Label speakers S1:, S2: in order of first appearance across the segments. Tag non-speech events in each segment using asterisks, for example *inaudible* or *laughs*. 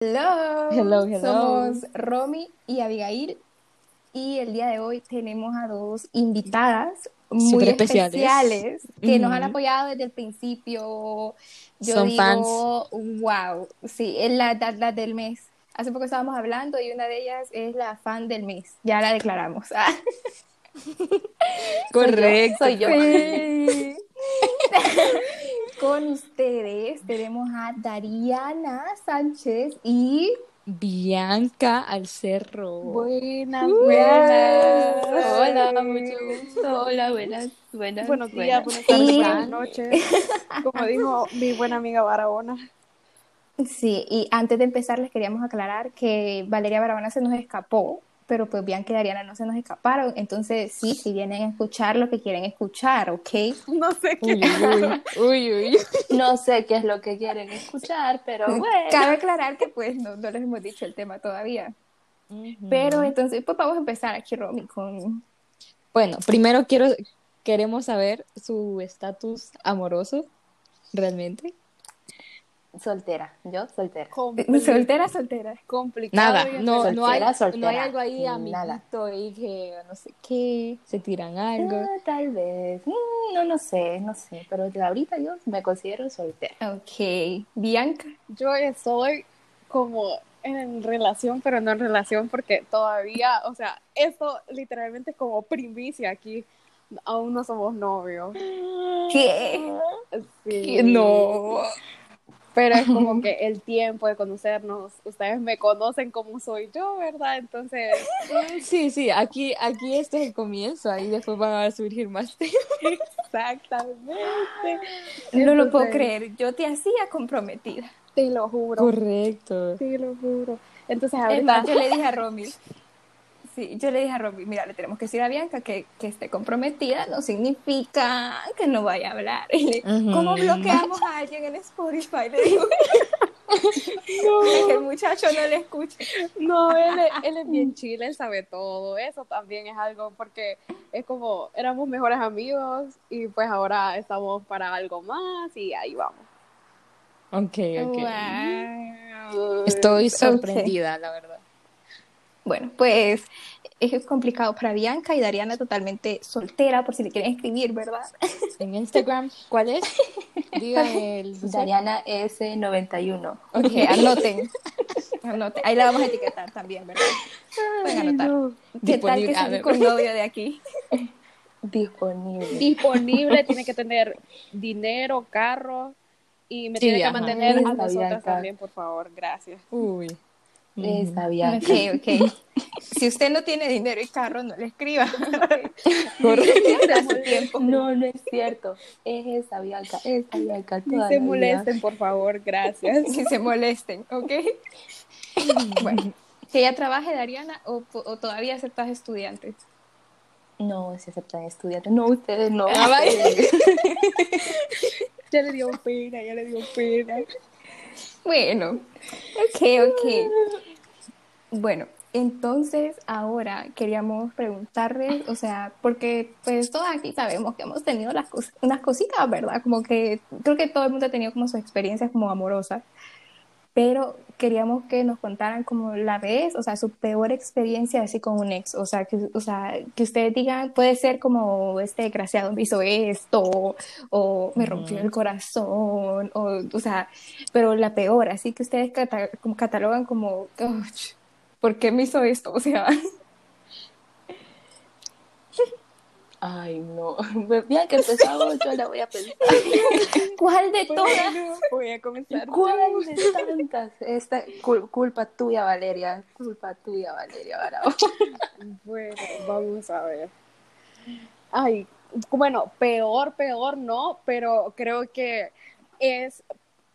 S1: Hello.
S2: Hello, hello.
S1: Somos Romy y Abigail y el día de hoy tenemos a dos invitadas muy
S2: Súper
S1: especiales,
S2: especiales.
S1: que nos
S2: Ujú.
S1: han apoyado desde el principio. Yo
S2: Son
S1: digo, wow, sí, es la, la- la del mes. Hace poco estábamos hablando y una de ellas es la fan del mes. Ya la declaramos.
S2: *laughs*
S1: Ah,
S2: Correcto. Soy yo.
S1: sí. *laughs* Con ustedes tenemos a Dariana Sánchez y
S2: Bianca al cerro.
S3: Buenas,
S1: buenas.
S3: buenas.
S1: Hola,
S3: Hola,
S1: mucho
S3: mucho gusto. Hola, buenas, buenas.
S4: Buenos días,
S1: buenas.
S4: buenas tardes,
S1: Y-
S4: buenas noches. Como dijo mi buena amiga Barahona.
S1: Sí, y antes de empezar les queríamos aclarar que Valeria Barahona se nos escapó, pero pues Bianca y Dariana no se nos escaparon, entonces sí, si vienen a escuchar lo que quieren escuchar, ¿ok?
S4: No sé qué.
S2: Uy, uy, uy, uy.
S3: No sé qué es lo que quieren escuchar,
S1: *laughs*
S3: pero bueno.
S1: Cabe aclarar que pues no, no les hemos dicho el tema todavía, pero entonces pues vamos a empezar aquí, Romy, con...
S2: Bueno, primero quiero, queremos saber su estatus amoroso, realmente.
S3: Soltera, yo soltera.
S4: Compli-
S1: *laughs* Soltera, soltera.
S4: complicado.
S2: Nada,
S4: y
S2: no, no, hay,
S3: Soltera, soltera,
S2: no hay algo ahí
S3: nada.
S2: amiguito y que no sé qué, se tiran algo.
S3: Ah, tal vez. Mm, No, no sé, no sé. Pero de ahorita yo me considero soltera.
S1: Ok, Bianca.
S4: Yo estoy como en relación, pero no en relación porque todavía, o sea, esto literalmente es como primicia aquí. Aún no somos novios.
S1: ¿Qué?
S4: Sí.
S2: No.
S4: Pero es como que el tiempo de conocernos, ustedes me conocen como soy yo, ¿verdad? Entonces,
S2: Sí, sí, aquí, aquí este es el comienzo, ahí después van a surgir más temas.
S4: exactamente.
S1: No lo puedo
S4: Entonces-
S1: creer, yo te hacía comprometida.
S4: Te lo juro.
S2: Correcto.
S4: Te lo juro. Entonces
S1: Es
S4: ahorita
S1: más, yo le dije a Romy, *laughs* sí, yo le dije a Romy, mira, le tenemos que decir a Bianca que, que esté comprometida, no significa que no vaya a hablar. *laughs* Y le-
S2: Ujú.
S1: ¿Cómo bloqueamos a alguien en Spotify? Le digo, Es *laughs* que el muchacho no le escucha.
S4: no, él, es- él es *laughs* bien chile, él sabe todo. Eso también es algo porque es como éramos mejores amigos y pues ahora estamos para algo más y ahí vamos.
S2: Ok, ok.
S1: Wow.
S2: Estoy
S1: Ok.
S2: sorprendida, la verdad.
S1: Bueno, pues es complicado para Bianca y Dariana totalmente soltera, por si le quieren escribir, ¿verdad?
S2: En Instagram, ¿cuál es? Diga el usuario.
S3: Dariana S91.
S1: *laughs* Ok, anoten. Anoten. Ahí la vamos a etiquetar también, ¿verdad? Pueden anotar. ¿Qué tal que
S2: Disponible, a
S1: salí
S2: ver.
S1: con novio de aquí?
S3: Disponible.
S4: Disponible, tiene que tener dinero, carro y me
S2: Sí,
S4: tiene que
S2: ajá.
S4: mantener
S3: Esta
S4: a nosotras
S3: Bianca.
S4: también, por favor. Gracias.
S2: Uy.
S3: Está bien. *laughs*
S1: Ok, ok. Si usted no tiene dinero y carro, no le escriba.
S2: *laughs*
S3: *laughs*
S4: Correcto.
S1: tiempo.
S3: No, no es cierto. Es esa Bianca, esa Bianca.
S4: Ni
S3: toda la
S4: se
S3: vida.
S4: molesten, por favor. Gracias.
S1: Si se molesten, ¿ok? Bueno, que ya trabaje, Dariana, o, o todavía aceptas estudiantes.
S3: No, si aceptan estudiantes. No, ustedes no.
S2: Ah, vaya.
S4: Ya le dio pena, ya le dio *laughs* pena.
S1: Bueno, ok, ok. Bueno, entonces ahora queríamos preguntarles, o sea, porque pues todos aquí sabemos que hemos tenido las cos- unas cositas, ¿verdad? Como que creo que todo el mundo ha tenido como sus experiencias como amorosas, pero queríamos que nos contaran como la vez, o sea, su peor experiencia así con un ex, o sea, que, o sea, que ustedes digan, puede ser como este desgraciado me hizo esto, o me rompió el corazón, o, o sea, pero la peor, así que ustedes cata- como catalogan como, "Uch, ¿por qué me hizo esto? *laughs* O sea,
S3: Ay, no. *laughs* Bien que empezamos, yo la voy a pensar.
S1: ¿cuál de todas?
S4: Bueno, voy a comenzar.
S3: *laughs* ¿Cuál de tantas? Esta cul- culpa tuya, Valeria. Culpa tuya, Valeria. Barahona.
S4: Bueno, vamos a ver. Ay, bueno, peor, peor no, pero creo que es,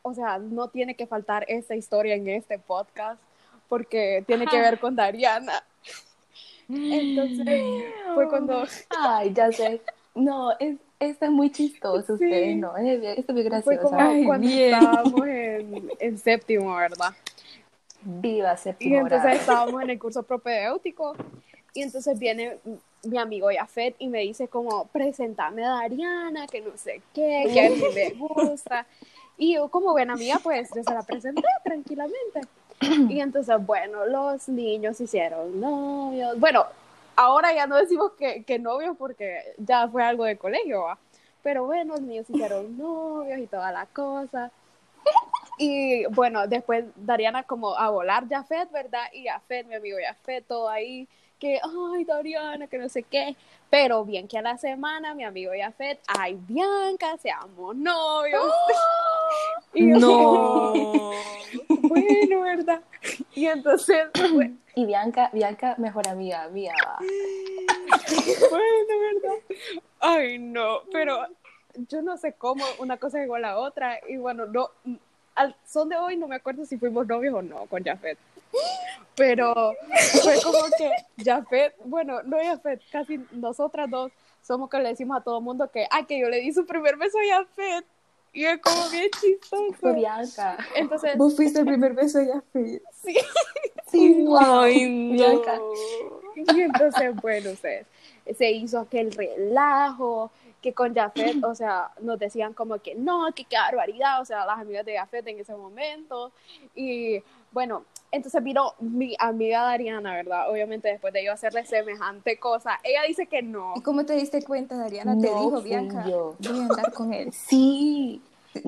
S4: o sea, no tiene que faltar esta historia en este podcast porque tiene que ver con Dariana. Entonces, fue cuando
S3: Ay, ya sé. No, es, esta es muy chistosa. Ustedes no. Es, bien- esta es muy
S4: fue como
S3: graciosa.
S4: cuando
S2: bien.
S4: estábamos en, en séptimo, ¿verdad?
S3: Viva
S4: Y
S3: séptimo
S4: entonces
S3: grado.
S4: estábamos en el curso propedéutico y entonces viene mi amigo Yafet y me dice como, presentame a Dariana, que no sé qué, que a mí me gusta. Y yo como buena amiga, pues yo se la presenté tranquilamente. Y entonces, bueno, los niños hicieron novios. Bueno, ahora ya no decimos que, que novios porque ya fue algo de colegio, ¿va? Pero bueno, los niños hicieron novios y toda la cosa. Y bueno, después Dariana como a volar Jafet, ¿verdad? Y Jafet, mi amigo Jafet, todo ahí, que, ay, Dariana, que no sé qué. Pero bien que a la semana, mi amigo Jafet, ay, Bianca, seamos novios. *laughs* Y yo,
S2: No.
S4: *laughs* bueno, ¿verdad? Y entonces, pues, bueno,
S3: Y Bianca, Bianca, mejor amiga mía. va.
S4: bueno, ¿verdad? Ay, no, pero yo no sé cómo una cosa llegó a la otra. Y bueno, no, al son de hoy no me acuerdo si fuimos novios o no con Jafet. Pero fue como que Jafet, bueno, no Jafet, casi nosotras dos somos que le decimos a todo mundo que, ay, que yo le di su primer beso a Jafet. Y es como bien
S3: Fue
S4: chistoso.
S3: Bianca.
S4: Entonces,
S2: Vos fuiste el primer beso de Jafet.
S3: Sí, wow.
S2: Ay, no.
S3: Bianca.
S4: *laughs* Y entonces, bueno, se, se hizo aquel relajo, que con Jafet, o sea, nos decían como que no, que qué barbaridad, o sea, las amigas de Jafet en ese momento. Y bueno, entonces vino mi amiga Dariana, ¿verdad? Obviamente después de yo hacerle semejante cosa, ella dice que no.
S1: ¿Y ¿Cómo te diste cuenta, Dariana? te
S3: No
S1: dijo
S3: fui
S1: Bianca,
S3: yo.
S1: voy a andar con él.
S3: Sí.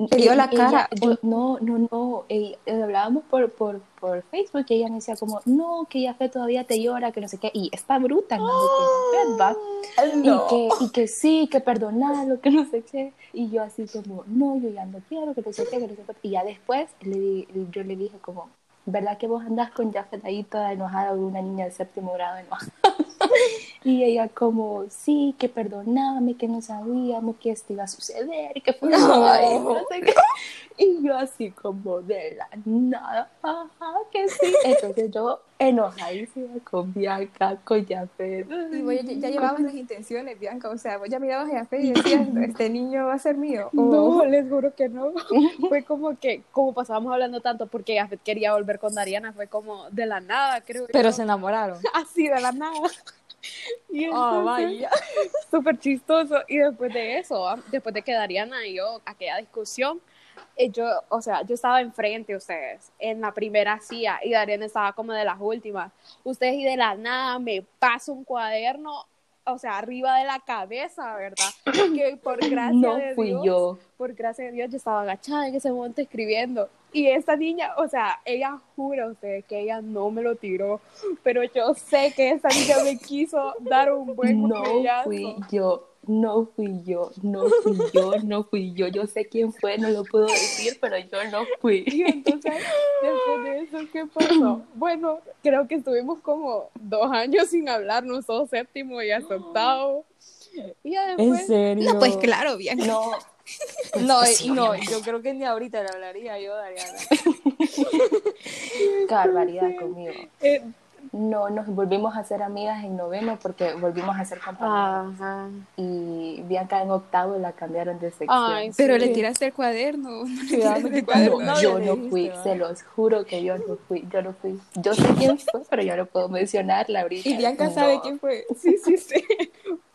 S1: Te dio la
S3: Ella-
S1: cara.
S3: yo- no, no, no. ella- hablábamos por, por, por Facebook y ella me decía como, no, que Jafet todavía te llora, que no sé qué. Y está bruta, ¿no? Que Jafet, va.
S1: ¡Ah! No.
S3: Y, que, y que sí, que perdonarlo, que no sé qué. Y yo así como, no, yo ya no quiero, que no sé qué, que no sé qué. Y ya después le di- yo le dije como, ¿verdad que vos andás con Jafet ahí toda enojada, una niña de séptimo grado enojada? y ella como, sí, que perdoname, que no sabíamos que esto iba a suceder, que fue una joda, y no sé qué. Y yo así como de la nada, ajá, que sí. Entonces yo enojadísima con Bianca, con Jafet.
S1: Y vos ya, ya llevabas las intenciones, Bianca. O sea, vos ya mirabas a Jafet *laughs* y decías, este niño va a ser mío. O-
S4: No, *laughs* les juro que no. Fue como que, como pasábamos hablando tanto, porque Jafet quería volver con Dariana, fue como de la nada, creo.
S2: Pero
S4: yo.
S2: se enamoraron.
S4: *laughs* así de la *laughs* nada. Y
S2: Ah,
S4: entonces-
S2: vaya.
S4: súper chistoso. Y después de eso, ah, después de que Dariana y yo, aquella discusión, eh, yo, o sea, yo estaba enfrente de ustedes, en la primera silla, y Dariana estaba como de las últimas. Ustedes y de la nada me paso un cuaderno, o sea, arriba de la cabeza,
S3: *clears throat*
S4: ¿verdad? Que por gracia
S3: No
S4: de
S3: fui
S4: Dios,
S3: yo.
S4: por gracia de Dios, yo estaba agachada en ese momento escribiendo. Y esta niña, o sea, ella jura a ustedes que ella no me lo tiró, pero yo sé que esta niña me quiso dar un buen
S3: No
S4: humillazo.
S3: fui yo, no fui yo, no fui yo, no fui yo. Yo sé quién fue, no lo puedo decir, pero yo no
S4: Y
S3: fui.
S4: entonces, después de eso, ¿qué pasó? Bueno, creo que estuvimos como dos años sin hablarnos, todo séptimo y hasta octavo. Y ya
S2: *laughs* En
S4: después,
S2: serio.
S1: No, pues claro, Bianca.
S3: No,
S2: No, eh, no, yo creo que ni ahorita le hablaría yo, *laughs* Dariana.
S3: qué barbaridad conmigo.
S4: eh,
S3: No, nos volvimos a ser amigas en noveno porque volvimos a ser compañeras.
S4: ajá.
S3: Y Bianca en octavo la cambiaron de sección.
S4: Ay,
S1: Pero le
S4: sí.
S1: tiraste el cuaderno. No le
S2: Cuidado
S1: tiraste
S2: con
S1: el
S2: tu
S1: cuaderno.
S3: No,
S2: cuaderno.
S3: yo
S2: le
S3: no
S2: dijiste,
S3: fui,
S2: ¿va?
S3: se los juro que yo no fui, yo no fui. Yo sé quién fue, pero yo no puedo mencionarla ahorita.
S1: Y Bianca
S3: No.
S1: sabe quién fue.
S4: Sí, sí, sí.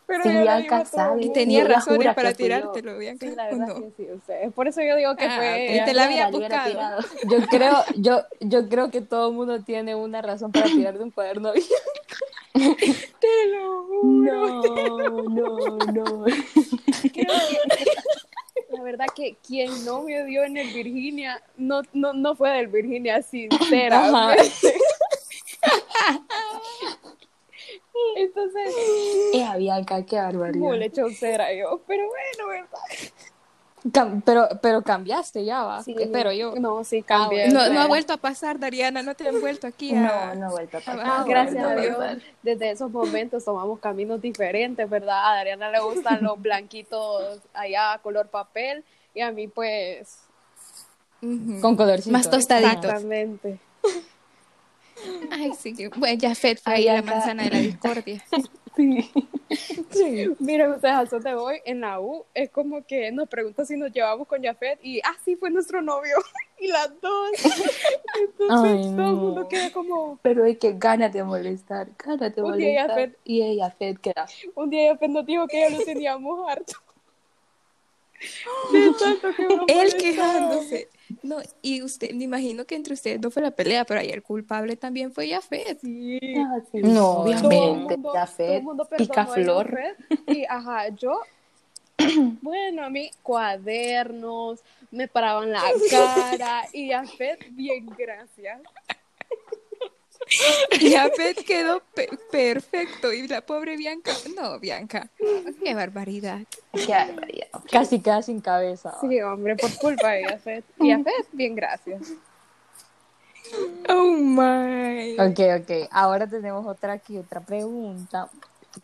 S4: Pero
S3: Sí,
S4: yo le digo
S3: Bianca
S4: a todo el
S3: sabe.
S1: Y
S3: Sí,
S1: tenía
S3: ella
S1: razones
S3: jura
S1: para
S3: que fui yo.
S1: tirártelo, Bianca.
S4: Sí, la
S1: ¿o
S4: verdad
S1: no?
S4: que sí, ustedes. Por eso yo digo que
S1: Ah,
S4: fue.
S1: pues te la había
S3: Yo hubiera
S1: buscado.
S3: *laughs* tirado.
S2: Yo creo, yo, yo creo que todo el mundo tiene una razón para tirar de un cuaderno. *laughs*
S4: Te lo juro.
S3: No, no, no.
S4: Creo
S3: *laughs*
S4: que- La verdad que quien no me dio en el Virginia, no, no, no fue del Virginia, sincera.
S2: Ajá.
S4: Entonces,
S3: Eh, a Bianca, qué
S4: como
S3: barbaridad.
S4: le chaucera yo, pero bueno, ¿verdad?
S2: Cam- pero, pero cambiaste ya, va.
S4: Sí.
S1: Eh,
S2: Espero yo.
S4: No, sí,
S1: ah,
S4: cambié.
S1: No, no ha
S4: ¿verdad?
S1: vuelto a pasar, Dariana. No te han vuelto aquí a...
S3: No, no he vuelto a
S1: Ah,
S3: pasar.
S4: Gracias
S3: No
S4: a
S3: he
S4: Dios,
S3: vuelto a pasar.
S4: desde esos momentos tomamos caminos diferentes, ¿verdad? A Adriana le gustan los blanquitos allá, color papel, y a mí pues
S1: Ujú.
S2: Con colorcito.
S1: Más tostaditos.
S4: Exactamente.
S1: Ay, sí que... Bueno, ya Fed fue
S3: Ay,
S1: ahí la
S3: Bianca.
S1: manzana de la discordia.
S2: Sí.
S4: Miren, ustedes al sol de hoy en la U es como que nos preguntan si nos llevamos con Jafet y ah, sí, fue nuestro novio. *laughs* y las dos. Entonces
S1: Ay,
S4: todo el
S1: no.
S4: mundo queda como.
S3: Pero hay que ganas de molestar, ganas de
S4: Ok,
S3: molestar.
S4: Afet.
S3: y ella, Fed, queda.
S4: Un día ya pues, nos dijo que ya lo
S1: *laughs*
S4: teníamos harto. *laughs* De tanto que uno
S1: Él
S4: molestaba.
S1: quejándose. No, y usted, me imagino que entre ustedes no fue la pelea, pero ahí el culpable también fue *laughs* Jafet.
S4: Sí.
S3: Ah, sí,
S1: No,
S4: Todo el
S3: obviamente,
S4: mundo-
S3: ya
S4: todo
S3: Fed,
S4: el mundo perdonó a
S3: picaflor.
S4: Jafet.
S3: *laughs*
S4: Y ajá,
S3: *clears throat*
S4: yo. Bueno, a mí cuadernos, me paraban
S3: *laughs*
S4: la cara y a bien, gracias.
S1: Jafet quedó pe- perfecto. Y la pobre Bianca. No, Bianca. Qué barbaridad.
S3: *laughs* Ya, ya.
S1: Casi queda sin cabeza.
S4: Sí, hombre, por culpa de Yafet. Y Yafet, bien, gracias.
S1: Oh my.
S5: Ok, ok. Ahora tenemos otra aquí, otra pregunta.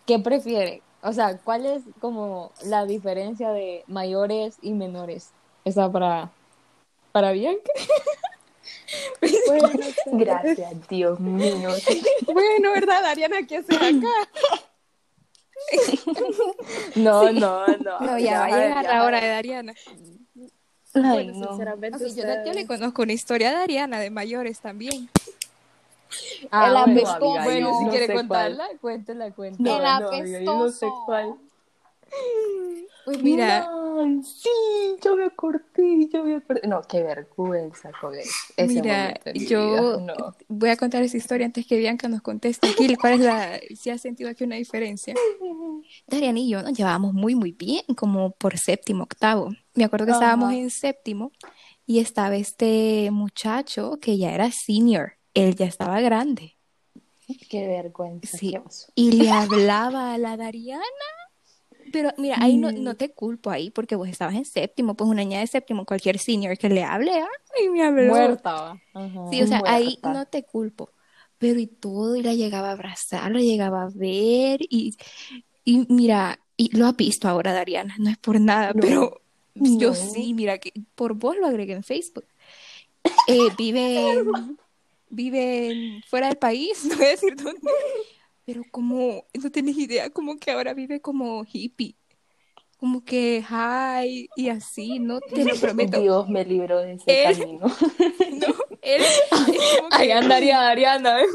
S5: ¿Qué prefiere? O sea, ¿cuál es como la diferencia de mayores y menores? Esa para, para Bianca.
S3: Gracias, Dios *laughs* mío.
S4: Bueno, ¿verdad, Ariana? ¿Qué haces acá?
S5: No, no, no.
S6: No, ya va a llegar la hora de
S1: Dariana.
S3: Ay,
S4: Bueno,
S3: no.
S4: sinceramente,
S1: yo, le- yo
S4: ustedes-
S1: le conozco una historia de Dariana de mayores también.
S5: Ah,
S4: El
S5: bueno,
S4: apestoso.
S5: amiga, yo
S4: Bueno,
S5: si
S3: no
S5: quiere
S3: sé cuál.
S5: contarla, cuéntela, cuéntela.
S3: No,
S4: El
S3: no, amiga, yo no sé
S4: apestoso.
S3: cuál.
S1: Pues mira,
S3: No, sí, yo me acordé, yo me acordé. No, qué vergüenza con e- ese
S1: mira,
S3: momento en mi
S1: yo
S3: vida, no.
S1: voy a contar esa historia antes que Bianca nos conteste aquí cuál es la, si ha sentido aquí una diferencia. Dariana y yo nos llevábamos muy, muy bien, como por séptimo, octavo. Me acuerdo que estábamos en séptimo y estaba este muchacho que ya era senior, él ya estaba grande.
S3: Qué vergüenza.
S1: Sí.
S3: qué oso.
S1: Y *laughs* le hablaba a la Dariana. Pero mira, ahí no, no te culpo ahí, porque vos estabas en séptimo, pues una niña de séptimo, cualquier senior que le hable, ay, me habló.
S5: Muerta, va. Ajá.
S1: Sí, o sea,
S3: muerta.
S1: ahí no te culpo. Pero y todo, y la llegaba a abrazar, la llegaba a ver, y, y mira, y lo has visto ahora, Dariana, no es por nada,
S3: No.
S1: pero yo
S3: No.
S1: sí, mira, que por vos lo agregué en Facebook. Eh, vive, en- vive en- fuera del país, *laughs* no voy a decir dónde, pero como, no tenés idea, como que ahora vive como hippie, como que high y así, no
S3: *laughs*
S1: te lo prometo.
S3: Dios me libró de ese
S1: Él-
S3: camino. *laughs*
S1: No, él es como que-
S5: Ahí andaría Dariana, ¿eh?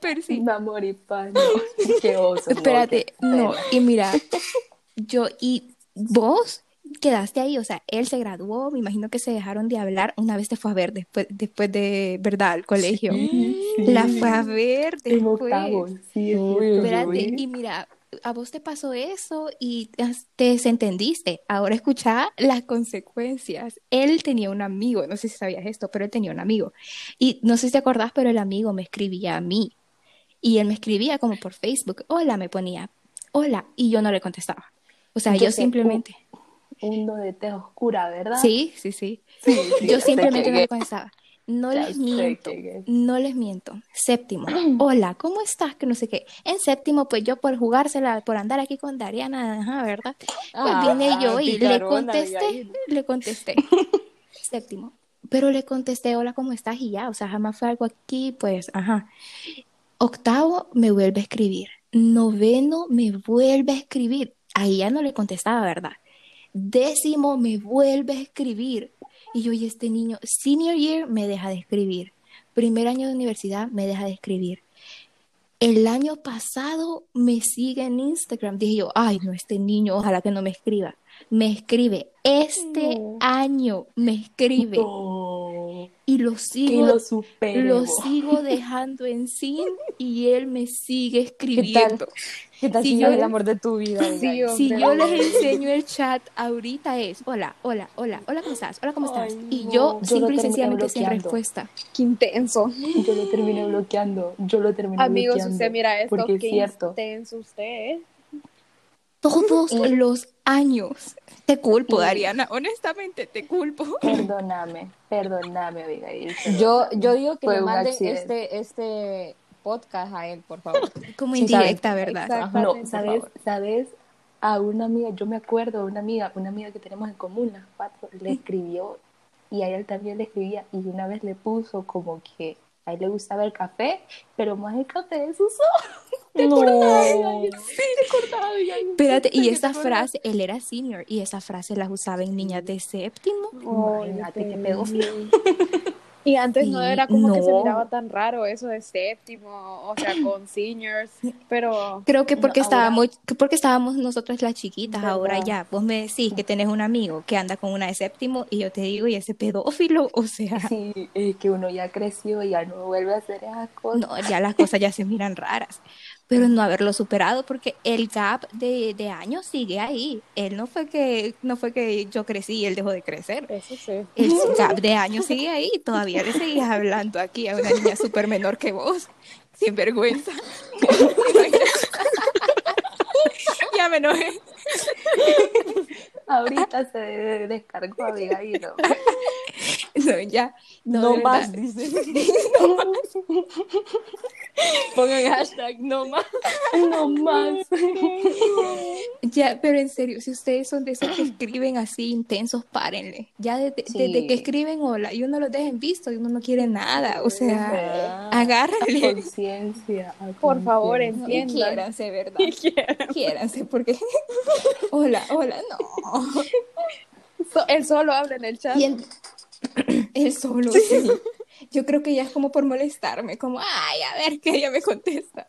S1: Pero sí.
S3: Sin amor y paz. no. Qué oso. no,
S1: Espérate,
S3: qué
S1: no,
S3: pena.
S1: y
S3: *laughs*
S1: mira, yo y vos quedaste ahí, o sea, él se graduó, me imagino que se dejaron de hablar, una vez te fue a ver después, después de, ¿verdad?, al colegio. La fue a ver
S3: En
S1: después.
S3: octavo, sí, es
S5: Uy,
S3: cierto,
S1: Espérate,
S3: uy.
S1: y mira, a vos te pasó eso y te has- te desentendiste. Ahora escuchá las consecuencias. Él tenía un amigo, no sé si sabías esto, pero él tenía un amigo. Y no sé si te acordás, pero el amigo me escribía a mí. Y él me escribía como por Facebook, hola, me ponía, hola, y yo no le contestaba. O sea,
S3: Yo
S1: yo,
S3: sé,
S1: simplemente,
S3: Uno de tez oscura, ¿verdad?
S1: sí, sí, sí,
S3: Sí, sí,
S1: yo
S3: ya sé
S1: simplemente
S3: quién
S1: no le
S3: es,
S1: contestaba. No
S3: ya
S1: les
S3: sé
S1: miento,
S3: quién es.
S1: no les miento.
S3: *clears throat*
S1: Séptimo. Hola, ¿cómo estás? Que no sé qué. En séptimo, pues yo por jugársela, por andar aquí con Dariana, ajá, ¿verdad? Pues
S3: Ah,
S5: Ah,
S1: vine yo y le contesté, le
S3: *laughs*
S1: contesté. Séptimo. Pero le contesté, hola, ¿cómo estás? Y ya, o sea, jamás fue algo aquí, pues, ajá. Octavo, me vuelve a escribir. Noveno, me vuelve a escribir. Ahí ya no le contestaba, ¿verdad? Décimo, me vuelve a escribir. Y yo, y este niño, senior year, me deja de escribir. Primer año de universidad, me deja de escribir. El año pasado me sigue en Instagram. Dije yo, ay, no, este niño, ojalá que no me escriba. Me escribe. Este
S4: No.
S1: año me escribe.
S3: No,
S1: Y lo
S3: que
S1: sigo
S3: lo supere.
S1: lo
S3: vos.
S1: sigo dejando en sin y él me sigue
S5: ¿Qué tal?
S1: escribiendo.
S5: ¿Qué tal
S1: Si
S5: si
S1: yo
S5: no es el
S1: le-
S5: amor de tu vida?
S4: Sí,
S5: Dariana?
S4: hombre,
S1: Si yo les
S4: no.
S1: enseño el chat ahorita es hola, hola, hola, hola, ¿cómo estás? Hola, ¿cómo estás?
S4: Ay,
S1: Y yo
S4: no.
S3: Yo lo
S1: simple y
S3: terminé
S1: sencillamente sin
S3: bloqueando.
S1: respuesta.
S4: Qué intenso.
S3: Yo lo terminé bloqueando. Yo lo terminé
S4: Amigos,
S3: bloqueando.
S4: usted mira esto,
S3: Porque es
S4: qué
S3: cierto.
S4: intenso usted. ¿eh?
S1: Todos los años. Te culpo,
S3: Mm.
S1: Dariana. Honestamente, te culpo.
S3: Perdóname, perdóname, Abigail.
S5: Yo, yo digo que
S3: Fue
S5: le
S3: un
S5: manden
S3: accidente.
S5: este, este podcast a él, por favor.
S1: Como
S5: Sí,
S1: indirecta, ¿verdad?
S4: Exacto.
S3: No,
S4: Por
S3: ¿sabes?
S1: favor.
S3: ¿Sabes? A una amiga, yo me acuerdo de una amiga, una amiga que tenemos en común, las cuatro, le escribió y a él también le escribía y una vez le puso como que a él le gustaba el café, pero más el café de sus ojos. *laughs* te he cortado, Abigail, sí, te he cortado, Abigail.
S1: Espérate, y esa frase, él era senior y esa frase la usaba en niñas de séptimo.
S3: Imagínate qué pedófilo.
S4: Y antes no
S1: Y
S4: era como que se
S1: no.
S4: miraba tan raro eso de séptimo, o sea, con seniors, pero
S1: Creo que porque
S3: No, ahora-
S1: estábamos, que porque estábamos nosotros las chiquitas, ahora
S4: ¿Verdad?
S1: ya, vos me decís que tenés un amigo que anda con una de séptimo y yo te digo, y ese pedófilo, o sea,
S3: Sí, es que uno ya creció, ya no vuelve a hacer esas cosas.
S1: no, ya las cosas ya se miran raras, pero no haberlo superado porque el gap de, de años sigue ahí. Él no fue que, no fue que yo crecí y él dejó de crecer.
S4: eso sí.
S1: El gap de años sigue ahí, todavía le seguís hablando aquí a una niña súper menor que vos, sin vergüenza. ya me enojé.
S3: Ahorita se descargó Abigail. ¿no?
S1: No, ya. No,
S5: No,
S1: de verdad.
S5: más, dice. *laughs* Pongan hashtag no más.
S3: *laughs* No más.
S1: Ya, pero en serio, si ustedes son de *clears throat* esos que escriben así intensos, párenle. Ya desde,
S3: Sí.
S1: desde que escriben hola y uno los dejen visto y uno no quiere nada, o sea, agárrenle.
S3: Conciencia. a
S4: Por favor,
S3: conciencia.
S1: *laughs* No,
S4: entiendan.
S1: quiéranse, *laughs* ¿verdad? Quiéranse, porque *laughs* hola, hola, no.
S4: *laughs* So- él solo habla en el chat.
S1: Y él, *clears throat* él solo, sí. Yo creo que ya es como por molestarme, como, ay, a ver que ella me *laughs* contesta.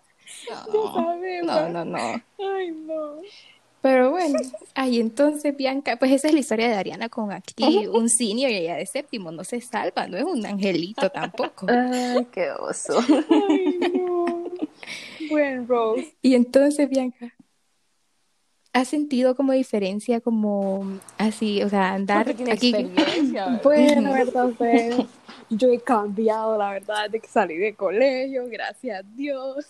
S1: No, no, no, no.
S4: Ay, no.
S1: Pero bueno, ahí entonces Bianca, pues esa es la historia de Ariana con aquí un senior y ella de séptimo, no se salva, no es un angelito tampoco.
S3: Ay, qué oso.
S4: Ay,
S1: *laughs*
S4: no. Bueno, Rose.
S1: Y entonces Bianca, ¿has sentido como diferencia, como así, o sea, andar
S5: Porque tiene
S1: aquí?
S5: experiencia, ¿verdad?
S4: Bueno, entonces yo he cambiado, la verdad, de que salí de colegio, gracias a Dios.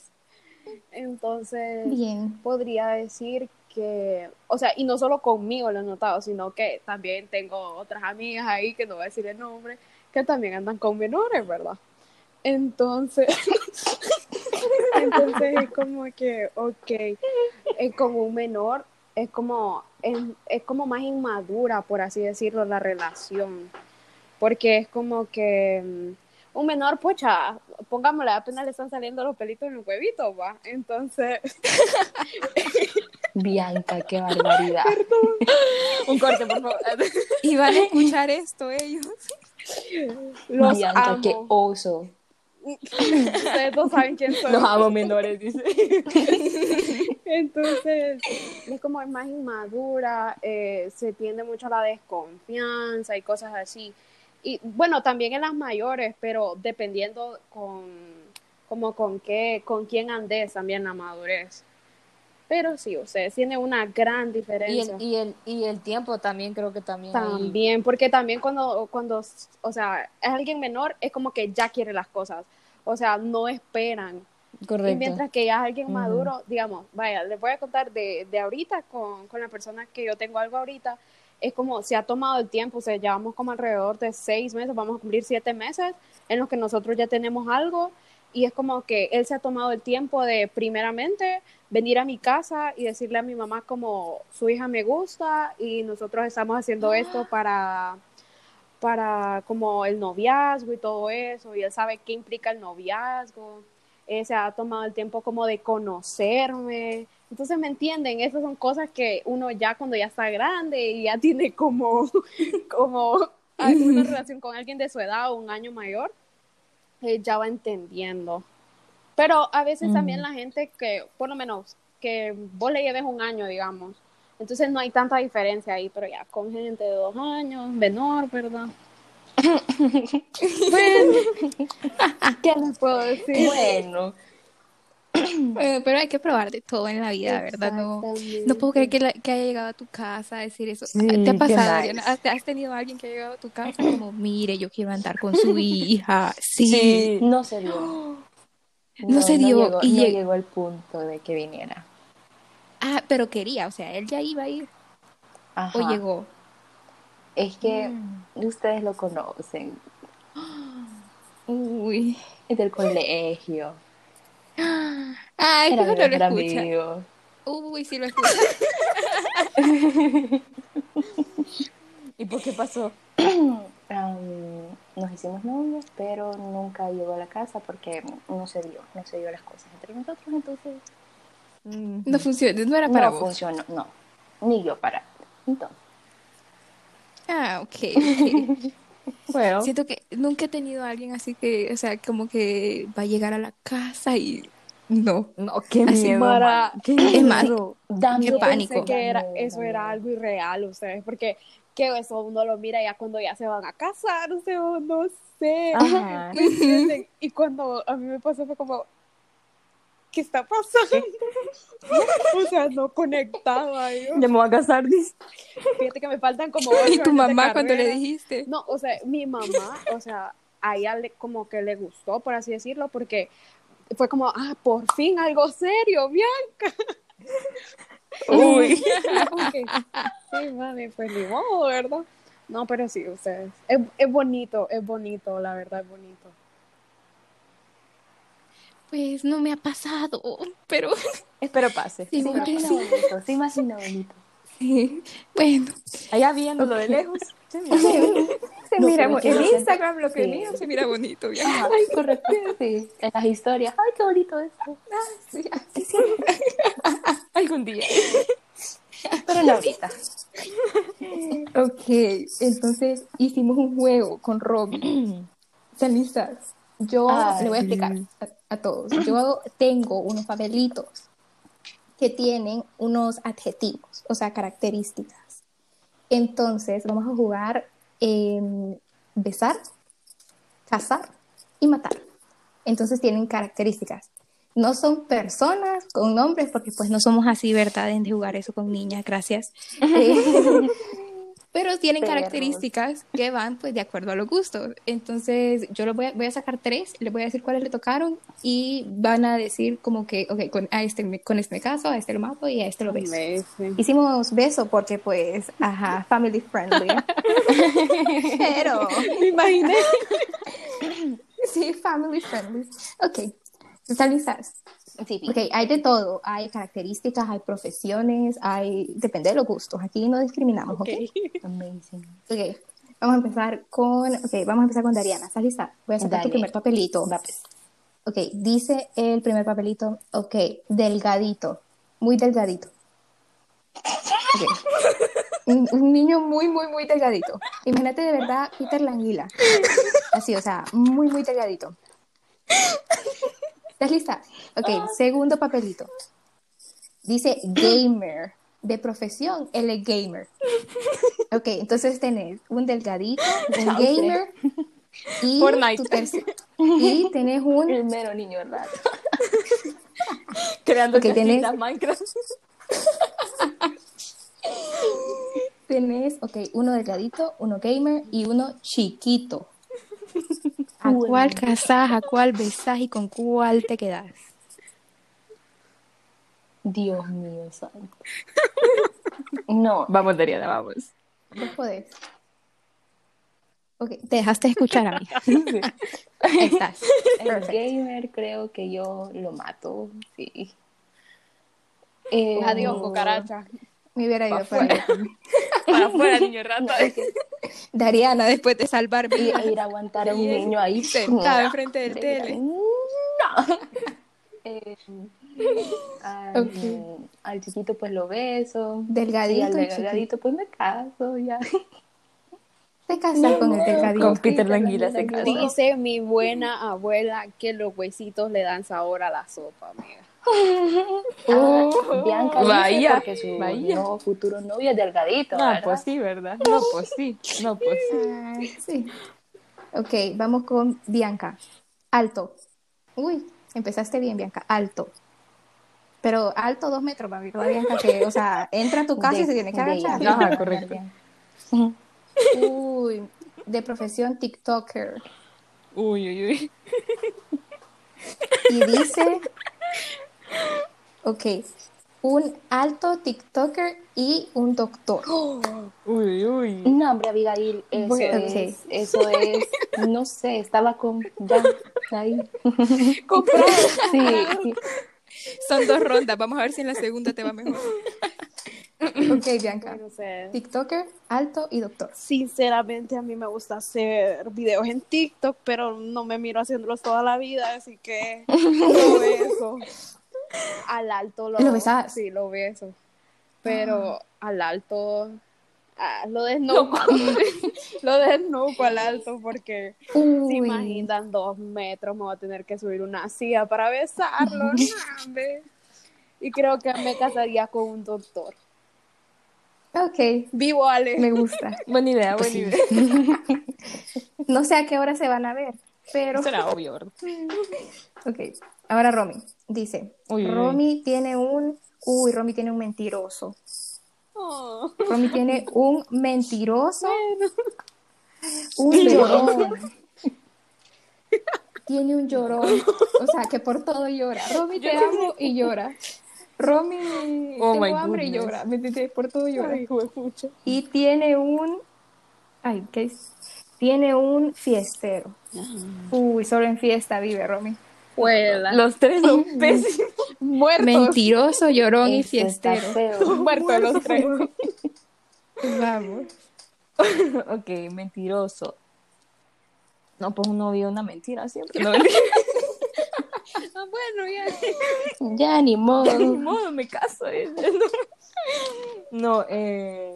S4: Entonces,
S1: Bien.
S4: podría decir que, o sea, y no solo conmigo lo he notado, sino que también tengo otras amigas ahí, que no voy a decir el nombre, que también andan con menores, ¿verdad? Entonces, *laughs* entonces es como que, ok, es como un menor, es como, es, es como más inmadura, por así decirlo, la relación, porque es como que... mm, Un menor, pucha, pongámosle, apenas le están saliendo los pelitos en el huevito, va. Entonces,
S3: Bianca, qué barbaridad.
S5: *laughs* Un corte, por favor.
S1: Y van a escuchar esto ellos.
S4: Los
S3: Bianca,
S4: amo.
S3: qué oso.
S4: Ustedes no saben
S5: *laughs*
S4: quién soy.
S5: Los amo menores, dice.
S4: Entonces, es como más inmadura, eh, se tiende mucho a la desconfianza y cosas así. Y bueno, también en las mayores, pero dependiendo con como con qué, con quién andes también la madurez. Pero sí, ustedes tienen una gran
S5: Y
S4: diferencia.
S5: el, y, el, y el tiempo también, creo que también. ahí-
S4: También, porque también cuando, cuando, o sea, es alguien menor, es como que ya quiere las cosas. O sea, no esperan. Y
S5: Correcto.
S4: mientras que ya es alguien
S5: Ujú.
S4: maduro, digamos, vaya, les voy a contar de, de ahorita con, con la persona que yo tengo algo ahorita, es como se ha tomado el tiempo, o sea, llevamos como alrededor de seis meses, vamos a cumplir siete meses en los que nosotros ya tenemos algo y es como que él se ha tomado el tiempo de primeramente venir a mi casa y decirle a mi mamá como su hija me gusta y nosotros estamos haciendo
S5: Ah.
S4: esto para para como el noviazgo y todo eso, y él sabe qué implica el noviazgo, eh, se ha tomado el tiempo como de conocerme, entonces me entienden, esas son cosas que uno ya cuando ya está grande y ya tiene como, *laughs* como alguna relación con alguien de su edad o un año mayor, eh, ya va entendiendo. Pero a veces también la gente que, por lo menos, que vos le lleves un año, digamos, entonces no hay tanta diferencia ahí, pero ya con gente de dos años, menor, ¿verdad? *laughs* bueno, ¿qué les puedo decir?
S3: Bueno,
S1: Bueno, pero hay que probar de todo en la vida, ¿verdad? No, no puedo creer que, la- que haya llegado a tu casa a decir eso. ¿Te ha
S3: qué
S1: pasado,
S3: nice.
S1: Ariana? ¿Has, has tenido a alguien que ha llegado a tu casa como, mire, yo quiero andar con su hija? Sí.
S5: Sí.
S3: no se dio.
S1: No se dio,
S3: llegó,
S1: y
S3: no
S1: lleg-
S3: llegó el punto de que viniera.
S1: Ah, pero quería, o sea, él ya iba a ir
S3: Ajá.
S1: o llegó.
S3: Es que ustedes lo conocen,
S1: Uy.
S3: es del colegio.
S2: *laughs*
S1: Ay,
S3: Era
S1: ¿cómo no
S3: mi
S1: lo
S3: mejor
S1: escucha?
S3: amigo.
S1: Uy, sí lo escucha.
S5: ¿Y por qué pasó?
S3: Am, nos hicimos novios, pero nunca llegó a la casa porque no se dio, no se dio las cosas entre nosotros, entonces
S5: Mm.
S2: No funcionó, no era para
S3: no
S2: vos.
S3: funcionó, no. Ni yo para. Entonces,
S2: Ah,
S3: *laughs*
S2: ok. ok.
S5: Bueno,
S2: Siento que nunca he tenido a alguien así que, o sea, como que va a llegar a la casa y no.
S3: Oh,
S5: no, qué
S2: Así,
S5: miedo.
S4: Mara,
S5: man, qué
S2: es más,
S5: miedo.
S3: dame
S2: Qué
S4: Yo
S2: pánico.
S4: pensé que era,
S3: Dame,
S4: eso
S3: dame.
S4: era algo irreal, ustedes, porque que eso uno lo mira ya cuando ya se van a casar, o sea, o no sé.
S5: Ajá.
S4: *laughs* ¿Me entienden? Y cuando a mí me pasó fue como, ¿qué está pasando? *laughs* o sea, no conectaba yo.
S5: Ya me voy a casar. dice.
S4: Fíjate que me faltan como ocho
S2: *laughs* ¿Y tu
S4: años de
S2: mamá cuando le
S4: carrera.
S2: dijiste?
S4: No, o sea, mi mamá, o sea, a ella le, como que le gustó, por así decirlo, porque fue como, ah, por fin algo serio, bien. *laughs*
S5: Uy.
S4: Ok. Sí, vale, pues ni modo, ¿verdad? No, pero sí, ustedes. Es, es bonito, es bonito, la verdad, es bonito.
S2: Pues no me ha pasado, pero *laughs*
S5: Espero pase.
S2: sí,
S3: se imagina bonito, se imagina bonito.
S2: sí. Bueno,
S5: Allá viéndolo de lejos. *laughs* Sí, mira.
S1: Se
S3: No,
S1: mira
S3: pero
S1: bo-
S3: quiero
S1: en
S3: hacer-
S1: Instagram lo que
S3: sí.
S1: mira se mira bonito. bien.
S3: Ay, correcto. Sí, en las historias. Ay, qué bonito esto.
S5: Algún día.
S3: Pero no ahorita.
S1: Ok, entonces hicimos un juego con Robin. ¿Están listas? Yo
S3: Ay.
S1: le voy a explicar a, a todos. Yo tengo unos papelitos que tienen unos adjetivos, o sea, características. Entonces, vamos a jugar em, besar, cazar y matar. Entonces, tienen características. No son personas con nombres, porque pues no somos así, ¿verdad? De jugar eso con niñas, gracias. Eh, pero tienen
S3: Perros.
S1: características que van pues de acuerdo a los gustos. Entonces yo les voy a, voy a sacar tres, les voy a decir cuáles le tocaron y van a decir como que, ok, con, a este, me- con este me caso, a este lo mato y a este lo beso. Hicimos beso porque pues, ajá, family friendly. pero...
S4: Me imaginé.
S1: *laughs* Sí, family friendly. Ok, ¿están listas?
S3: Sí, sí.
S1: Ok, hay de todo, hay características, hay profesiones, hay, depende de los gustos, aquí no discriminamos, ¿ok?
S3: Amazing.
S1: Ok, vamos a empezar con, ok, vamos a empezar con Dariana, ¿estás lista? Voy a sacar
S3: Dale.
S1: tu primer papelito.
S3: Va, pues.
S1: Ok, dice el primer papelito, ok, delgadito, muy delgadito. Ok. Un, un niño muy, muy, muy delgadito. Imagínate de verdad Peter Languila. Así, o sea, muy, muy delgadito. ¿Estás lista? Ok, segundo papelito. Dice gamer. De profesión, él es gamer. Ok, entonces tenés un delgadito, un
S3: Chauce.
S1: gamer y,
S5: Fortnite.
S1: tu tercer- y tenés un
S3: El mero niño raro.
S5: *laughs* Creando
S1: Ok, tenés-
S5: casitas Minecraft.
S1: Tenés, ok, uno delgadito, uno gamer y uno chiquito. ¿A cuál?
S2: ¿cuál casás, a cuál besás y con cuál te quedás?
S3: Dios mío, santo. No,
S5: Vamos, Dariana, vamos.
S1: Vos podés. Ok,
S2: Te dejaste escuchar a mí.
S1: *laughs*
S2: Ahí estás.
S3: el gamer creo que yo lo mato. Sí. Eh,
S4: Adiós, cucaracha.
S1: me hubiera ido por *laughs* ahí.
S5: Para afuera, niño rata.
S1: Dariana, después de salvarme,
S3: Y ir a aguantar a un niño ahí
S2: sentada enfrente del
S3: de
S2: tele.
S3: No. *laughs* Eh, al, al chiquito pues lo beso. Y al
S1: delgadito y chiquito.
S3: delgadito pues me caso ya.
S1: Te casas con el delgadito.
S5: Con Peter Languila se casa.
S4: Dice mi buena abuela que los huesitos le dan sabor a la sopa, amiga.
S3: Ah, Bianca dice
S5: Vaya,
S3: porque su
S5: vaya.
S3: no- futuro novio es delgadito.
S5: No,
S3: ¿verdad?
S5: pues sí, ¿verdad? No, pues sí. No, pues *laughs* sí.
S1: Ah, sí. Ok, vamos con Bianca. Alto. Uy, empezaste bien, Bianca. Alto. Pero alto dos metros, va, ¿verdad, Bianca? Que, o sea, entra a tu casa y
S3: De-
S1: se tiene que
S3: de-
S1: agachar.
S5: No, Ajá, Ah, correcto.
S1: Uy, de profesión TikToker.
S5: Uy, uy, uy.
S1: Y dice, ok, un alto TikToker y un doctor.
S5: Uy, uy.
S3: No, hombre, Abigail, eso
S1: Bueno,
S3: es,
S1: sí.
S3: eso es, no sé, estaba con, ya, ahí.
S2: Comprado.
S3: Sí, *laughs* sí.
S2: Son dos rondas. Vamos a ver si en la segunda te va mejor.
S1: Ok, Bianca.
S4: Pero, o sea,
S1: TikToker, alto y doctor.
S4: Sinceramente, a mí me gusta hacer videos
S1: *laughs*
S4: en TikTok, pero no me miro haciéndolos toda la vida, así que no eso. al alto lo,
S1: ¿Lo besabas?
S4: Sí, lo beso. Pero al alto ah, lo desnuco. *laughs* lo desnuco al alto porque se
S1: Uy,
S4: imaginan dos metros, me voy a tener que subir una silla para besarlo.
S1: *laughs*
S4: no, hombre. y creo que me casaría con un doctor.
S1: ok,
S4: Vivo Ale.
S1: me gusta.
S5: *laughs* Buena idea,
S1: Pues
S5: buena
S1: sí.
S5: idea.
S1: No sé a qué hora se van a ver, pero...
S5: Será obvio, ¿verdad?
S1: Ok, ahora Romy dice,
S5: Uy, uy, uy.
S1: Romy tiene un... Uy, Romy tiene un mentiroso.
S4: Oh.
S1: Romy tiene un mentiroso. Un llorón. Tiene un llorón. O sea, que por todo llora. Romy, te amo y llora. Romy,
S5: Oh, my
S1: tengo hambre y
S5: goodness.
S1: llora. ¿Me entiendes? Por todo llora.
S4: Ay, juepucha.
S1: Y tiene un... Ay, ¿qué es? Tiene un fiestero. Uy, solo en fiesta vive Romy.
S4: Huela.
S5: Los tres son pésimos.
S4: Muertos.
S2: Mentiroso, llorón y
S3: Eso está
S2: fiestero.
S3: feo.
S4: Muertos los tres.
S1: Vamos.
S5: *laughs* ok, mentiroso. No, pues uno vive una mentira siempre. No, mentira.
S4: Ah, bueno, ya.
S3: Ya ni
S5: ni
S3: modo.
S5: modo, me caso. eh. *laughs* No, eh...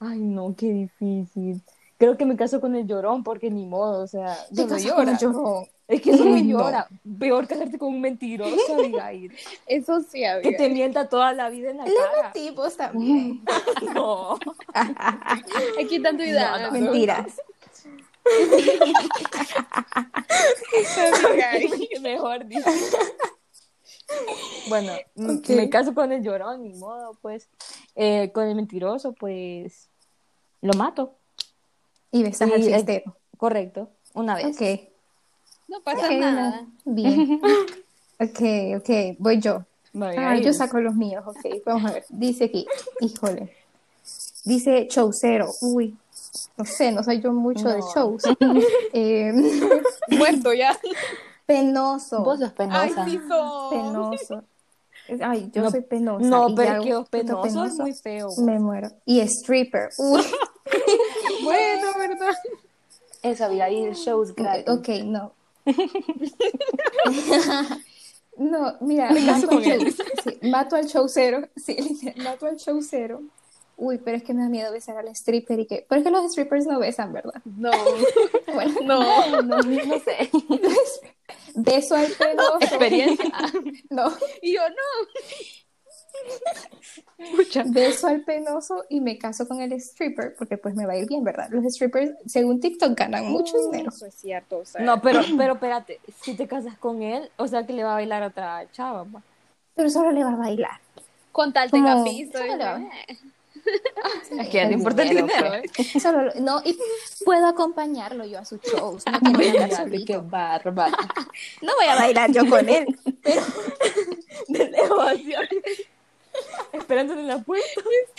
S5: Ay, no, qué difícil. Creo que me caso con el llorón porque ni modo, o sea, solo
S1: casas con
S5: llora.
S1: un llorón.
S5: Es que solo
S1: Uy, no.
S5: llora. Peor casarte con un mentiroso, Abigail.
S4: Eso sí
S5: que
S4: había.
S5: te mienta toda la vida en la cara.
S1: Tipos también.
S5: No.
S4: Aquí tanto idea.
S1: Mentiras.
S5: Mejor dicho. Bueno, m-
S1: Ok.
S5: me caso con el llorón, ni modo, pues. Eh, con el mentiroso, pues. Lo mato.
S1: Y besas
S5: Y pues,
S1: al
S5: el-
S1: fiestero.
S5: Correcto. Una vez.
S1: Ok.
S4: No pasa
S1: Ok,
S4: nada.
S1: no.
S5: *laughs*
S1: Bien. Ok, ok, voy yo. Ah,
S5: Abigail.
S1: yo
S5: *laughs*
S1: saco los míos, ok. Vamos a ver. Dice aquí, híjole. Dice showcero. Uy, no sé, no soy yo mucho de
S5: No. *laughs*
S1: shows. Eh,
S4: Muerto ya.
S1: *laughs* penoso.
S3: Vos sos
S4: Ay,
S3: penosa.
S4: sí son.
S1: Penoso. Ay, yo
S5: No,
S1: soy penosa.
S5: No,
S1: y
S5: pero
S1: ya
S5: que os
S1: puto
S5: penoso, es muy feo.
S1: Me muero. Y stripper. Uy,
S4: Bueno, ¿verdad?
S3: Eso, Abigail, shows gratis.
S1: Ah, ok,
S5: *laughs*
S1: no. no, mira,
S5: caso
S1: mato al,
S5: con él.
S1: show- sí, mato al showcero. *laughs* Sí, literal, mato al showcero. Uy, pero es que me da miedo besar al stripper y que. Pero es que los strippers no besan,
S5: *laughs*
S1: ¿verdad?
S4: No. *laughs*
S1: Bueno, *laughs*
S4: No.
S3: No, no sé.
S1: beso al penoso.
S5: Experiencia.
S1: *laughs* No,
S4: Y yo no.
S1: beso al penoso y me caso con el stripper porque pues me va a ir bien, ¿verdad? Los strippers, según TikTok, ganan mucho
S5: Mm.
S1: dinero.
S4: Eso es cierto. O sea,
S5: No, pero, pero espérate. Si te casas con él, o sea que le va a bailar a otra chava. pues. pa.
S1: Pero solo le va a
S5: *laughs*
S1: bailar.
S4: con tal de
S1: Como-
S4: gafizo.
S1: Solo le va a
S5: Es que ya no importa el
S3: dinero,
S5: dinero,
S3: pues.
S5: ¿eh?
S1: Solo lo- no, y puedo acompañarlo yo a sus shows. No, quiero andar
S3: Ay, Qué
S1: solito.
S3: bárbara.
S1: No
S5: *laughs*
S1: voy a bailar yo con él.
S5: De lejos, así, Esperándote en la puerta.
S1: *laughs*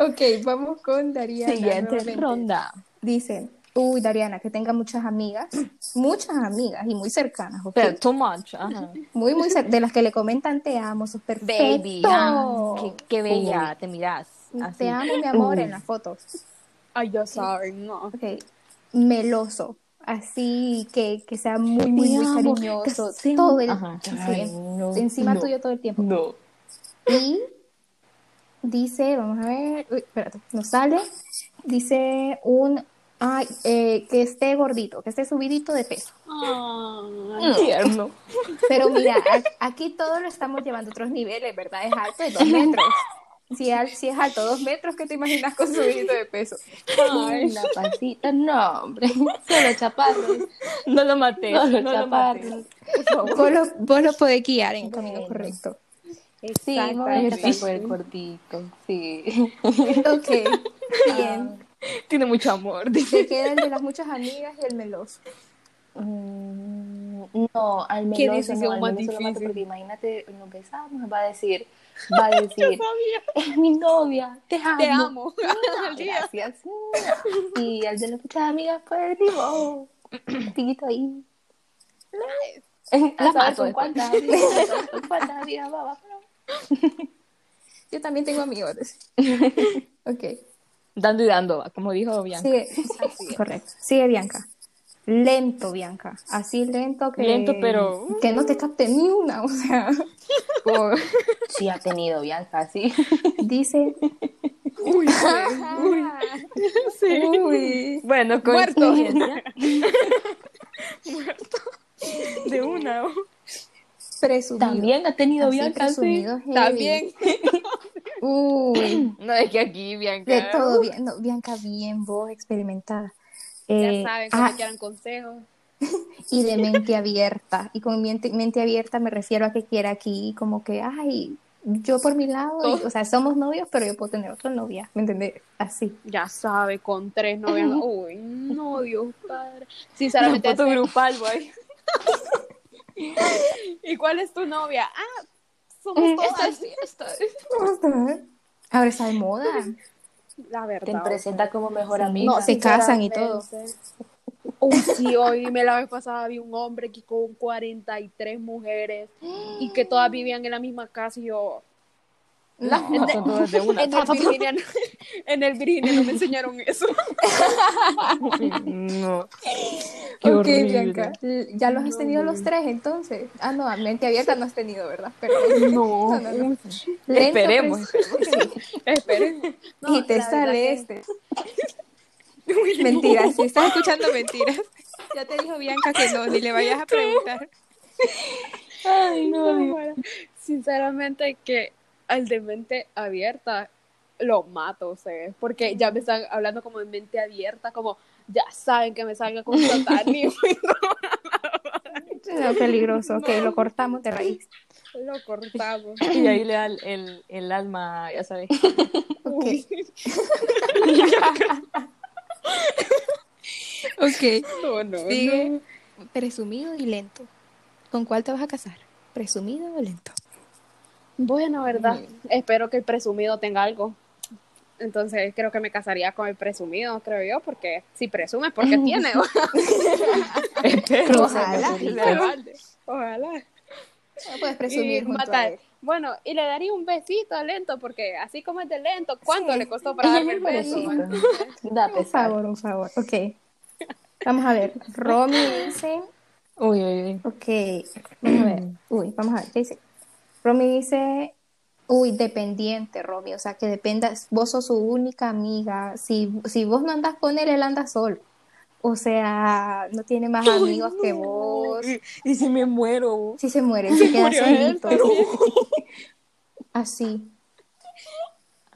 S1: ok, vamos con Dariana.
S5: Siguiente
S1: nuevamente.
S5: ronda.
S1: Dice, uy, Dariana, que tenga muchas amigas, *clears throat* muchas amigas y muy cercanas, ¿ok?
S5: Pero too much. Ajá.
S1: Muy, muy cer- de las que le comentan te amo, sos perfecto.
S5: ah, qué, qué bella te miras. Así.
S1: Te amo, mi amor, en las fotos.
S4: Ay, yo saben, no.
S1: Ok, meloso, así que, que sea muy, muy,
S5: Te
S1: muy
S5: amo,
S1: cariñoso,
S5: casi-
S1: todo el
S5: Ajá.
S1: sí,
S3: Ay, no,
S1: encima
S3: no.
S1: tuyo todo el tiempo.
S3: No.
S1: Y dice, vamos a ver, uy, espérate, no sale. Dice un, ay, eh, que esté gordito, que esté subidito de peso.
S5: Tierno.
S1: Pero mira, a- aquí todo lo estamos llevando a otros niveles, ¿verdad? Es alto, es dos metros. Si es, al- si es alto, dos metros, ¿qué te imaginas con subidito de peso?
S3: La pancita, no, hombre. *laughs* Solo chaparros.
S5: No lo maté. *laughs* No,
S3: Solo
S5: lo maté.
S3: chaparros.
S1: Vos lo, vos lo podés guiar en el camino correcto.
S3: Sí, me voy a casar por el cortito. Sí.
S1: Ok, bien.
S5: Tiene mucho amor. dice.
S1: Ah. Se queda el de las muchas amigas y el meloso.
S3: Mm, No, al menos
S4: Qué
S3: no,
S4: decisión
S3: al
S4: más
S3: menos se lo mato,
S4: difícil.
S3: porque imagínate, nos besamos, va a
S5: *laughs*
S3: decir, va a decir, es mi novia, te amo.
S4: Te
S3: *laughs*
S4: amo.
S5: *laughs*
S3: Ah, Gracias. Y al de las muchas amigas,
S5: *clears throat*
S3: pues, digo, piquito ahí. *laughs*
S5: La
S3: La
S5: mato
S3: mato con
S5: después.
S3: cuántas amigas,
S5: *laughs*
S3: ¿sabes con cuántas amigas va, va, pero-
S1: Yo también tengo amigos. Ok,
S5: Dando y dando, va, como dijo Bianca.
S1: sigue. Correcto. Sigue Bianca. lento, Bianca. Así lento que.
S5: Lento, pero-
S1: Que no te capte ni una, o sea. como
S3: Sí, ha tenido Bianca, sí.
S1: dice. Uy.
S5: Bueno,
S4: Muerto.
S5: *laughs* de *laughs* una.
S1: Presumido.
S3: *laughs* También ha tenido
S1: Así
S3: Bianca, sí.
S1: presumido, heavy.
S4: También.
S1: *laughs* Uy.
S5: No, es que aquí, Bianca.
S1: De todo bien, no, Bianca, bien vos, experimentada. Eh,
S4: Ya saben, cuando
S1: ah,
S4: quieran consejos.
S1: y de mente abierta. Y con mente, mente abierta me refiero a que quiera aquí, como que, ay, yo por mi lado, y- o sea, somos novios, pero yo puedo tener otra novia, ¿me entendés? Así.
S4: Ya sabe, con tres
S5: *laughs*
S4: novias. Uy, no, Dios padre. Sinceramente,
S5: La foto
S4: ese-
S5: grupal, güey.
S4: *laughs* ¿y cuál es tu novia? Ah,
S5: Mm,
S4: somos todas.
S1: Ahora está de moda.
S4: La
S3: Te
S4: verdad.
S3: presenta como mejor amiga.
S1: No, se casan y todo.
S4: Uy, sí, hoy me la vez pasada vi un hombre que con 43 mujeres y que todas vivían en la misma casa y yo...
S5: Las fotos Mm. todas de una. *laughs*
S4: En el Virginia, en el Virginia no me enseñaron eso.
S5: No.
S1: ok,
S5: horrible.
S1: Bianca. L- Ya los has tenido los tres, entonces. Ah, no, a mente abierta no has tenido, ¿verdad? Pero
S5: No.
S1: *laughs* No, no, no. Lento,
S5: Esperemos.
S1: *laughs*
S4: Esperen. No,
S1: y te
S4: la verdad
S1: sale
S4: que-
S1: este. *laughs* Mentiras, si estás escuchando *laughs* mentiras. Ya te dijo Bianca que no, ni le vayas a preguntar.
S4: Ay, no, Mara. Sinceramente que al de mente abierta lo mato ustedes, porque ya me están hablando como de mente abierta, como ya saben que me salga
S5: *laughs*
S4: con Satán y
S1: Es peligroso, ok, lo cortamos de raíz.
S4: *laughs* lo cortamos.
S5: Y ahí le da el, el, el alma, ya sabes.
S1: Ok. *laughs* ok,
S4: No, no,
S1: sigue. Presumido y lento. ¿Con cuál te vas a casar? ¿Presumido o lento?
S4: no. Bueno, ¿verdad? Espero que el presumido tenga algo. Entonces creo que me casaría con el presumido, creo yo, porque si
S1: *laughs*
S4: presume, porque tiene. *laughs*
S1: Ojalá.
S4: Ojalá.
S1: No puedes
S4: Y
S1: presumir junto
S4: matar.
S1: a él.
S4: Bueno, y le daría un besito a Lento, porque así como es de Lento, ¿cuánto le
S1: *laughs*
S4: costó para darme el beso?
S3: Pobrecito.
S4: man?
S3: Da
S1: Un
S3: pesar.
S1: favor, un favor. Ok. Vamos a ver. Romy dice.
S5: Uy, uy, uy.
S1: Ok. Vamos a ver. Uy, vamos a ver. ¿Qué dice? Romy dice. Uy, dependiente, Romy. O sea, que dependas. Vos sos su única amiga. Si, si vos no andas con él, él anda solo. O sea, no tiene más amigos que vos.
S5: Y si me muero.
S1: Si se muere, se queda
S4: murió él
S1: solito. *laughs* Así.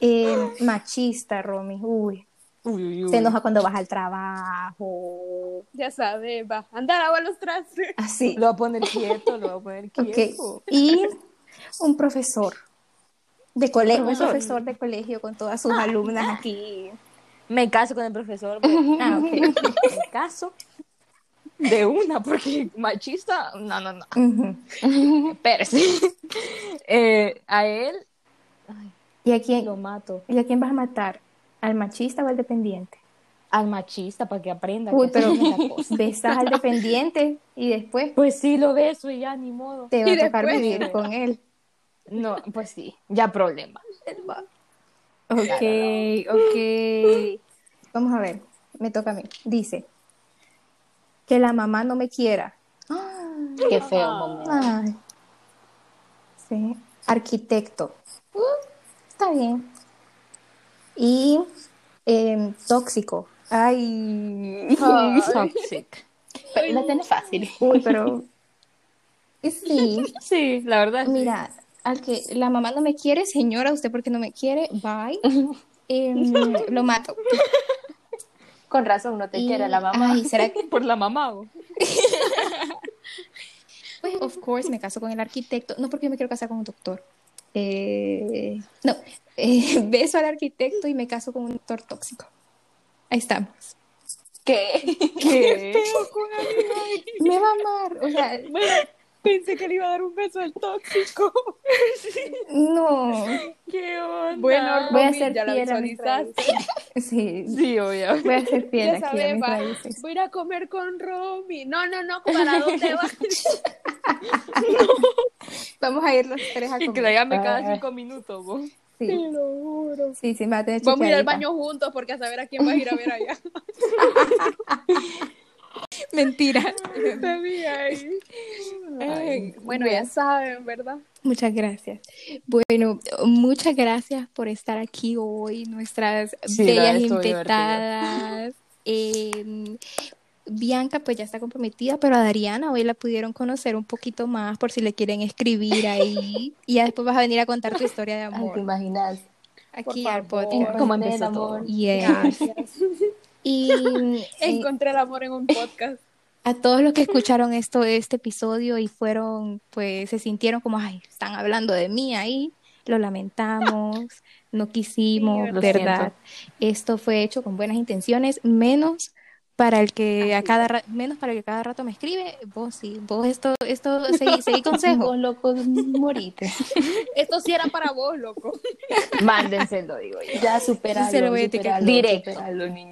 S1: Eh, machista, Romy. Uy.
S5: Uy, uy, uy.
S1: Se enoja cuando vas al trabajo.
S4: Ya sabes, va. Andar agua los trastes.
S1: Así.
S5: Lo va a poner quieto, lo va a
S3: *laughs*
S5: poner
S1: Ok.
S5: quieto.
S1: Y un profesor de colegio, un profesor de colegio con todas sus alumnas aquí.
S5: Me caso con el profesor. *laughs* güey.
S1: Ah, ok.
S5: Me caso. De una, porque machista. No, no, no.
S1: *laughs* Ujú.
S5: Espérese. *laughs* Eh, a él
S1: ¿Y a quién
S5: lo mato.
S1: y a quién vas a matar? ¿Al machista o al dependiente?
S5: Al machista para que aprenda.
S1: Uy,
S5: que
S1: pero
S5: así es la cosa.
S1: *laughs* besas al dependiente y después
S5: Pues sí, lo beso y ya, ni modo.
S1: te va
S4: Y
S1: a tocar
S4: después-
S1: vivir con él.
S5: No, pues sí, ya problema.
S1: Ok, ok. Vamos a ver, me toca a mí. Dice que la mamá no me quiera.
S3: Qué feo momento.
S1: Ay. Sí. Arquitecto. Mm, está bien. Y em, tóxico. Ay.
S5: Toxic.
S3: Pero la tenés fácil.
S1: Uy, pero. *laughs* Sí.
S5: Sí, la verdad.
S1: Mira, al que la mamá no me quiere, señora, usted porque no me quiere, bye. Em, lo mato.
S3: Con razón, no te
S1: Y-
S3: quiere la mamá.
S1: Ay, ¿será que?
S5: *laughs* Por la mamá. güey.
S1: Pues, of course, me caso con el arquitecto. No porque yo me quiero casar con un doctor. Eh, no, *laughs* eh, beso al arquitecto y me caso con un doctor tóxico. Ahí estamos.
S3: *laughs* ¿Qué?
S5: ¿Qué?
S1: Me va
S4: *laughs*
S1: a amar. O sea,
S4: Pensé que le iba a dar un beso al tóxico.
S1: *laughs* no.
S5: ¿Qué onda?
S4: Bueno,
S1: Voy a
S4: Romy,
S1: ser
S4: ya la
S1: fiel a mis
S4: visualizaste.
S1: Sí, *laughs*
S5: Sí, obvio.
S1: voy a ser fiel
S4: Ya
S1: aquí a
S4: sabes,
S1: mis
S4: va.
S1: raíces.
S4: Voy a ir a comer con Romy. No, no, no,
S1: *laughs*
S4: ¿para dónde vas?
S1: Vamos a ir los tres a
S5: Y que la
S1: comer.
S5: llame cada cinco minutos. güey.
S1: Sí,
S4: lo juro.
S1: sí, sí, me va a tener
S4: Vamos a ir al
S1: chichadita.
S4: *laughs* baño juntos porque a saber a quién vas a ir a ver allá.
S1: *laughs* Mentira.
S4: Ay, bueno, ya saben, ¿verdad?
S1: Muchas gracias. Bueno, muchas gracias por estar aquí hoy, nuestras
S5: Sí, la
S1: bellas
S5: estuvo divertida.
S1: invitadas. Eh, Bianca pues ya está comprometida, pero a Dariana hoy la pudieron conocer un poquito más por si le quieren escribir ahí. Y ya después vas a venir a contar tu historia de
S3: Ay, te
S1: amor
S3: imaginas.
S1: aquí
S4: por
S1: al
S4: favor.
S1: podcast.
S5: ¿Cómo
S3: Del
S5: empezó todo?
S3: amor.
S1: Yes. Y eh,
S4: *laughs* Encontré el amor en un podcast.
S1: a todos los que escucharon esto, este episodio y fueron, pues se sintieron como, ay, están hablando de mí ahí, lo lamentamos, no quisimos,
S4: Sí,
S5: lo
S1: ¿verdad? Esto fue hecho con buenas intenciones, menos para el que a cada ra- menos para el que cada rato me escribe, vos sí, vos esto, esto, seguí, *laughs* seguí consejo.
S3: Vos
S5: *laughs*
S3: locos morite.
S4: Esto sí era para vos, loco. *laughs*
S5: Mándenselo, digo yo.
S3: Ya superalo,
S1: Se lo voy a etiquetar.
S3: superalo,
S5: Directo. *laughs*
S3: superalo, niño.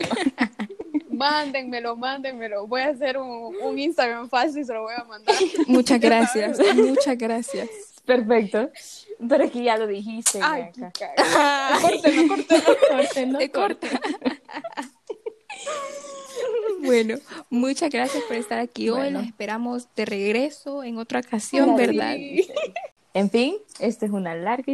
S4: Mándenmelo, mándenmelo. Voy a hacer un, un Instagram falso y se lo voy a mandar.
S1: *laughs* Muchas gracias, muchas gracias.
S5: Perfecto. Pero es que ya lo dijiste,
S4: *laughs* Ay, qué
S5: Bianca.
S4: caga. Córtenlo, córtenlo.
S3: Córtenlo,
S1: Te corta. bueno, muchas gracias por estar aquí hoy.
S5: Bueno.
S1: Las esperamos de regreso en otra ocasión,
S3: Ahora sí.
S1: ¿verdad?
S5: En fin, esta es una larga